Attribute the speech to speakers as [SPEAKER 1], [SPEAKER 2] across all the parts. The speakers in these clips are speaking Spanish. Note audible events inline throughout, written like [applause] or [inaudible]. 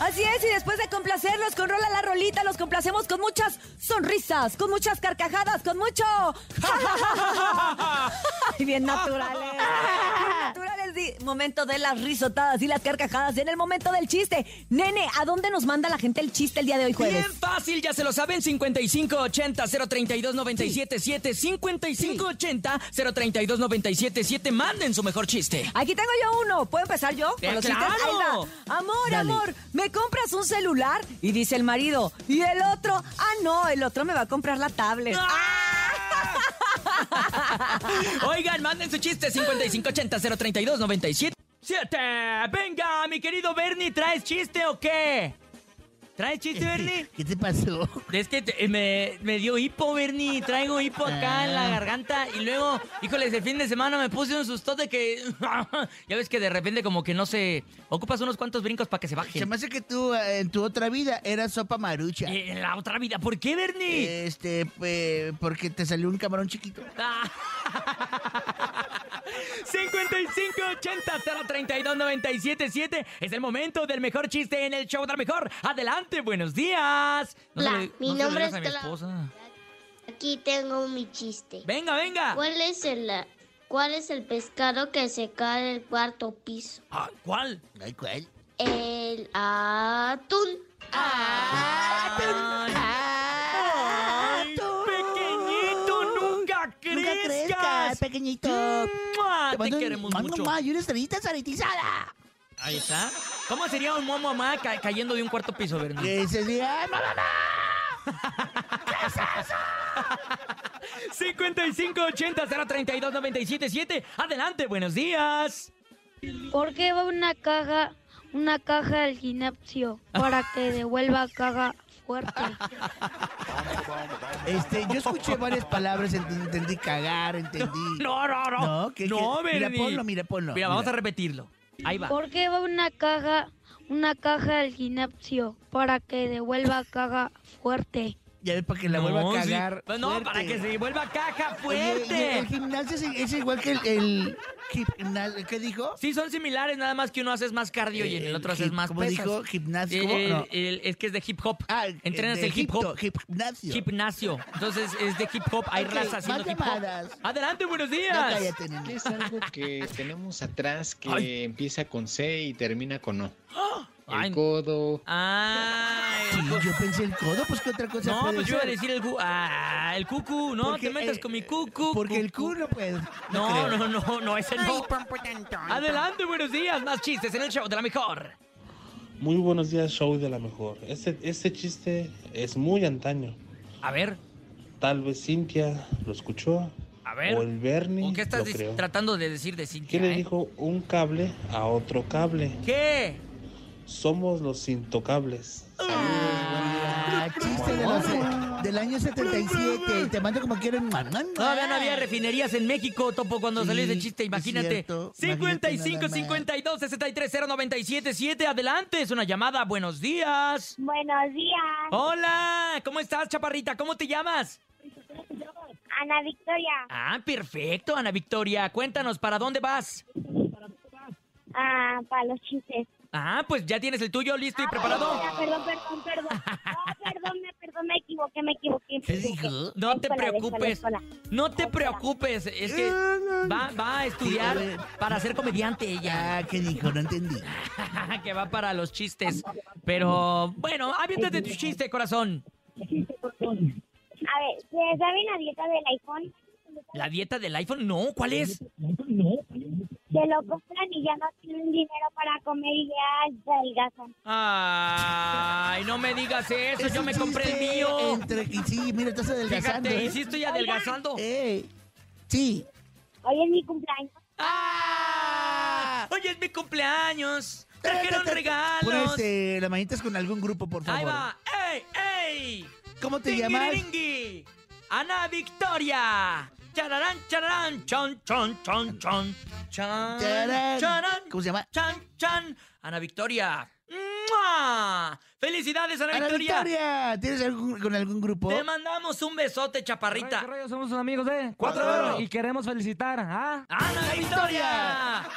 [SPEAKER 1] Así es, y después de complacerlos con Rola la Rolita, los complacemos con muchas sonrisas, con muchas carcajadas, con mucho... [laughs] Ay, bien naturales. Bien naturales, sí. Momento de las risotadas y las carcajadas en el momento del chiste. Nene, ¿a dónde nos manda la gente el chiste el día de hoy jueves?
[SPEAKER 2] Bien fácil, ya se lo saben, 5580-032-977, 5580-032-977, manden su mejor chiste.
[SPEAKER 1] Aquí tengo yo uno. ¿Puedo empezar yo?
[SPEAKER 2] Eh,
[SPEAKER 1] chistes?
[SPEAKER 2] claro.
[SPEAKER 1] Ahí va. Amor,
[SPEAKER 2] Dale.
[SPEAKER 1] amor, ¿me compras un celular? Y dice el marido. Y el otro, ah, no, el otro me va a comprar la tablet.
[SPEAKER 2] ¡Ah! [laughs] Oigan, manden su chiste, 5580-032-977. Venga, mi querido Bernie, ¿traes chiste o qué? ¿Traes chiste, Bernie?
[SPEAKER 3] [laughs] ¿Qué te pasó?
[SPEAKER 2] Es que te- me, me dio hipo, Bernie. Traigo hipo acá en la
[SPEAKER 3] Ah.
[SPEAKER 2] garganta. Y luego, híjoles, el fin de semana me puse un sustote que. [laughs] ya ves que de repente, como que no se. Ocupas unos cuantos brincos para que se
[SPEAKER 3] Se
[SPEAKER 2] bajen.
[SPEAKER 3] me hace que tú eh, en tu otra vida eras sopa marucha.
[SPEAKER 2] Eh, en la otra vida. ¿Por qué, Bernie?
[SPEAKER 3] Este, pues, porque te salió un camarón chiquito.
[SPEAKER 2] Ah. [laughs] 5580-032-977 Es el momento del mejor chiste en el show del mejor. Adelante, buenos días. No se
[SPEAKER 4] Hola,
[SPEAKER 2] lo-
[SPEAKER 4] mi
[SPEAKER 2] no se lo
[SPEAKER 4] nombre
[SPEAKER 2] digas a
[SPEAKER 4] es
[SPEAKER 2] mi
[SPEAKER 4] Cla-
[SPEAKER 2] esposa.
[SPEAKER 4] Aquí tengo mi chiste.
[SPEAKER 2] Venga, venga.
[SPEAKER 4] ¿Cuál es el cuál es el pescado que se cae del cuarto piso?
[SPEAKER 2] Ah, ¿Cuál?
[SPEAKER 3] Ay, ¿cuál?
[SPEAKER 4] El atún.
[SPEAKER 5] Ah.
[SPEAKER 2] Ay, ¡Ay, pequeñito, nunca
[SPEAKER 3] Nunca crezcas,
[SPEAKER 2] crezcas!
[SPEAKER 3] pequeñito.
[SPEAKER 2] ¡Mua! Te
[SPEAKER 3] mando un-
[SPEAKER 2] queremos
[SPEAKER 3] mando
[SPEAKER 2] mucho.
[SPEAKER 3] más y una estrellita sanitizada.
[SPEAKER 2] Ahí está. ¿Cómo sería un momo mamá ca- cayendo de un cuarto piso, Bernie?
[SPEAKER 3] Que "Ah, se diga, ¡ay, mamá, mamá!
[SPEAKER 2] 5580-032-977. Adelante, buenos días.
[SPEAKER 6] ¿Por qué va una caja, una caja al gimnasio para que devuelva caja fuerte?
[SPEAKER 3] Este, yo escuché varias palabras, ent- entendí cagar, entendí.
[SPEAKER 2] [laughs] No, no, no.
[SPEAKER 3] No, ¿qué-
[SPEAKER 2] no,
[SPEAKER 3] qué? Mira,
[SPEAKER 2] Bernie.
[SPEAKER 3] ponlo, mira, ponlo,
[SPEAKER 2] Mira, vamos
[SPEAKER 3] mira.
[SPEAKER 2] a repetirlo. Ahí va.
[SPEAKER 6] ¿Por qué va una caja, una caja al gimnasio para que devuelva caja fuerte?
[SPEAKER 3] Ya ves, para que la vuelva
[SPEAKER 2] No,
[SPEAKER 3] a
[SPEAKER 2] sí.
[SPEAKER 3] cagar.
[SPEAKER 2] No, para
[SPEAKER 3] fuerte.
[SPEAKER 2] que se vuelva caja
[SPEAKER 3] Oye,
[SPEAKER 2] fuerte.
[SPEAKER 3] y el gimnasio es, es igual que el, el gimnasio. ¿Qué dijo?
[SPEAKER 2] Sí, son similares, nada más que uno haces más cardio y en el otro
[SPEAKER 3] Eh,
[SPEAKER 2] haces
[SPEAKER 3] hip-
[SPEAKER 2] más
[SPEAKER 3] ¿Cómo
[SPEAKER 2] pesas.
[SPEAKER 3] dijo? ¿Gimnasio?
[SPEAKER 2] El-
[SPEAKER 3] No.
[SPEAKER 2] el- es que es de hip hop.
[SPEAKER 3] Ah,
[SPEAKER 2] Entrenas
[SPEAKER 3] de
[SPEAKER 2] el hip hop.
[SPEAKER 3] hip- Gimnasio.
[SPEAKER 2] Gimnasio. Entonces es de hip hop. Hay
[SPEAKER 3] Ok,
[SPEAKER 2] raza
[SPEAKER 3] más
[SPEAKER 2] haciendo hip
[SPEAKER 3] llamadas.
[SPEAKER 2] hop. Adelante, buenos
[SPEAKER 3] No,
[SPEAKER 2] días.
[SPEAKER 3] cállate, nene.
[SPEAKER 7] Es algo que tenemos atrás que
[SPEAKER 2] Ay.
[SPEAKER 7] empieza con C y termina con O.
[SPEAKER 2] Ay,
[SPEAKER 7] El codo.
[SPEAKER 2] ay,
[SPEAKER 3] Sí, yo pensé el codo, pues qué otra cosa
[SPEAKER 2] No,
[SPEAKER 3] puede
[SPEAKER 2] pues yo iba a
[SPEAKER 3] ser?
[SPEAKER 2] decir el, gu- ah, el cucu. No,
[SPEAKER 3] Porque,
[SPEAKER 2] te metas
[SPEAKER 3] eh,
[SPEAKER 2] con mi cucu.
[SPEAKER 3] Porque el
[SPEAKER 2] cucu.
[SPEAKER 3] culo, pues.
[SPEAKER 2] No,
[SPEAKER 3] creo.
[SPEAKER 2] no, no, no, ese no. Adelante, buenos días. Más chistes en el show de la mejor.
[SPEAKER 8] Muy buenos días, show de la mejor. Este, este chiste es muy antaño.
[SPEAKER 2] A ver,
[SPEAKER 8] Tal vez Cintia lo escuchó.
[SPEAKER 2] a ver.
[SPEAKER 8] O el Bernie.
[SPEAKER 2] ¿O qué estás
[SPEAKER 8] lo
[SPEAKER 2] dis-
[SPEAKER 8] creó.
[SPEAKER 2] tratando de decir de Cintia?
[SPEAKER 8] ¿Qué le
[SPEAKER 2] eh?
[SPEAKER 8] dijo un cable a otro cable?
[SPEAKER 2] ¿Qué?
[SPEAKER 8] Somos los intocables.
[SPEAKER 3] Ah, chiste de la- del año 77. Te mando como quieren.
[SPEAKER 2] Todavía no había refinerías en México, Topo, cuando
[SPEAKER 3] Sí,
[SPEAKER 2] salió ese chiste,
[SPEAKER 3] es
[SPEAKER 2] imagínate.
[SPEAKER 3] cierto,
[SPEAKER 2] 55
[SPEAKER 3] imagínate nada más.
[SPEAKER 2] 52 63 0 97 7, adelante, es una llamada, buenos días.
[SPEAKER 5] Buenos días,
[SPEAKER 2] Hola, ¿cómo estás, chaparrita? ¿Cómo te llamas?
[SPEAKER 5] Ana Victoria,
[SPEAKER 2] Ah, perfecto, Ana Victoria, cuéntanos, ¿para dónde vas?
[SPEAKER 5] ah, para los chistes.
[SPEAKER 2] Ah, pues ya tienes el tuyo listo y
[SPEAKER 5] Ah,
[SPEAKER 2] preparado.
[SPEAKER 5] Perdón, perdón, perdón. Ah, perdón, me, perdón, me equivoqué, me equivoqué.
[SPEAKER 3] ¿Qué dijo?
[SPEAKER 2] No te
[SPEAKER 5] Escuela,
[SPEAKER 2] preocupes,
[SPEAKER 5] escuela,
[SPEAKER 2] no te preocupes, es que va, va a estudiar
[SPEAKER 3] Sí, a ver.
[SPEAKER 2] para ser comediante ella. [laughs]
[SPEAKER 3] Ah, ¿qué dijo? No entendí.
[SPEAKER 2] que va para los chistes. Pero bueno, aviéntate tu chiste, corazón.
[SPEAKER 5] A ver, ¿se sabe la dieta del iPhone?
[SPEAKER 2] ¿La dieta del iPhone? No, ¿cuál es?
[SPEAKER 5] Se lo compran y ya no tienen dinero para comer y ya adelgazan.
[SPEAKER 2] Ay, no me digas eso,
[SPEAKER 3] Es
[SPEAKER 2] yo
[SPEAKER 3] un
[SPEAKER 2] me compré el
[SPEAKER 3] chiste
[SPEAKER 2] mío.
[SPEAKER 3] Entre, y sí, mira, estás adelgazando.
[SPEAKER 2] Fíjate, y
[SPEAKER 3] ¿eh?
[SPEAKER 2] sí estoy adelgazando.
[SPEAKER 3] Eh, sí.
[SPEAKER 5] Hoy es mi cumpleaños.
[SPEAKER 2] ¡Ah! Hoy es mi cumpleaños. Trajeron regalos.
[SPEAKER 3] Pones eh, las manitas con algún grupo, por favor.
[SPEAKER 2] Ahí va. ¡Ey, ey!
[SPEAKER 3] ¿Cómo te llamas?
[SPEAKER 2] Tingiringui. Ana Victoria. Chararán, chararán, chon, chon, chon, chon. Chan,
[SPEAKER 3] Charán.
[SPEAKER 2] charán,
[SPEAKER 3] ¿Cómo se llama?
[SPEAKER 2] Chan, chan. Ana Victoria. ¡Mua! ¡Felicidades, Ana
[SPEAKER 3] ¡A la
[SPEAKER 2] Victoria!
[SPEAKER 3] victoria! ¿Tienes algún, con algún grupo?
[SPEAKER 2] Te mandamos un besote, chaparrita.
[SPEAKER 9] Somos sus amigos de
[SPEAKER 2] Cuatro Oro.
[SPEAKER 9] y queremos felicitar a
[SPEAKER 2] ¡Ana Victoria!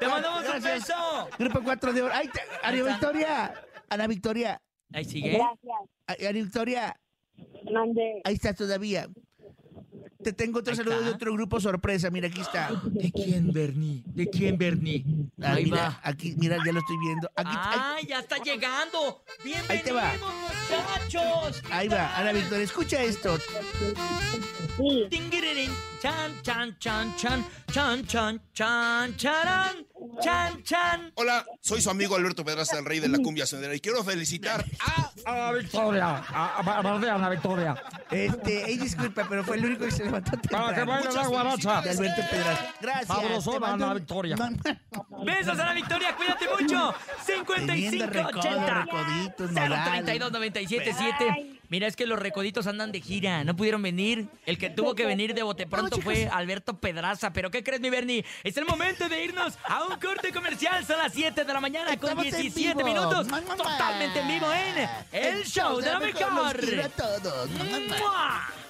[SPEAKER 2] ¡Te mandamos un
[SPEAKER 3] Gracias.
[SPEAKER 2] beso!
[SPEAKER 3] Grupo 4 de oro. ¡Ay, te- Ana Victoria! Ana Victoria.
[SPEAKER 2] Ahí sigue.
[SPEAKER 5] Gracias.
[SPEAKER 3] Ay, Ah, Ana Victoria.
[SPEAKER 5] Mandé.
[SPEAKER 3] Ahí está todavía. Te tengo otro
[SPEAKER 2] Ahí
[SPEAKER 3] saludo
[SPEAKER 2] está.
[SPEAKER 3] de otro grupo sorpresa. Mira, aquí está.
[SPEAKER 2] ¿De quién, Bernie? ¿De quién, Bernie?
[SPEAKER 3] Ah,
[SPEAKER 2] Ahí
[SPEAKER 3] mira,
[SPEAKER 2] va.
[SPEAKER 3] aquí, mira, ya lo estoy viendo. Aquí,
[SPEAKER 2] ¡Ah, ya está llegando! ¡Bienvenidos,
[SPEAKER 3] Ahí te va.
[SPEAKER 2] muchachos!
[SPEAKER 3] ahí, ahí va, Ana Victoria, escucha esto.
[SPEAKER 5] Sí.
[SPEAKER 2] Tinguirirín, Chan, chan, chan, chan, chan, chan, chan, charan, chan, chan.
[SPEAKER 10] Hola, soy su amigo Alberto Pedraza, el rey de la cumbia sonera, y quiero felicitar a...
[SPEAKER 9] Ana Victoria, a, a, a, a Ana Victoria,
[SPEAKER 3] Este, ey, disculpa, pero fue el único que se levantó
[SPEAKER 9] para que
[SPEAKER 3] temprano.
[SPEAKER 9] baile la guaracha.
[SPEAKER 3] De Alberto Pedraza. Gracias.
[SPEAKER 9] Sabrosona,
[SPEAKER 3] te mando
[SPEAKER 9] Ana
[SPEAKER 3] un-
[SPEAKER 9] Victoria.
[SPEAKER 2] Besos a la victoria, cuídate mucho.
[SPEAKER 3] Teniendo
[SPEAKER 2] 55
[SPEAKER 3] recodo,
[SPEAKER 2] 80
[SPEAKER 3] recoditos, nodal.
[SPEAKER 2] 032 97 7. Mira, es que los recoditos andan de gira, no pudieron venir. El que tuvo que venir de bote pronto fue Alberto Pedraza. Pero ¿qué crees, mi Bernie? Es el momento de irnos a un corte comercial. Son las 7 de la mañana con
[SPEAKER 3] Estamos en
[SPEAKER 2] 17
[SPEAKER 3] vivo.
[SPEAKER 2] minutos.
[SPEAKER 3] Mua, mua, mua.
[SPEAKER 2] Totalmente en vivo en El Show de la
[SPEAKER 3] Los quiero a
[SPEAKER 2] Mejor.
[SPEAKER 3] todos. Mua, mua, mua.
[SPEAKER 2] ¡Mua!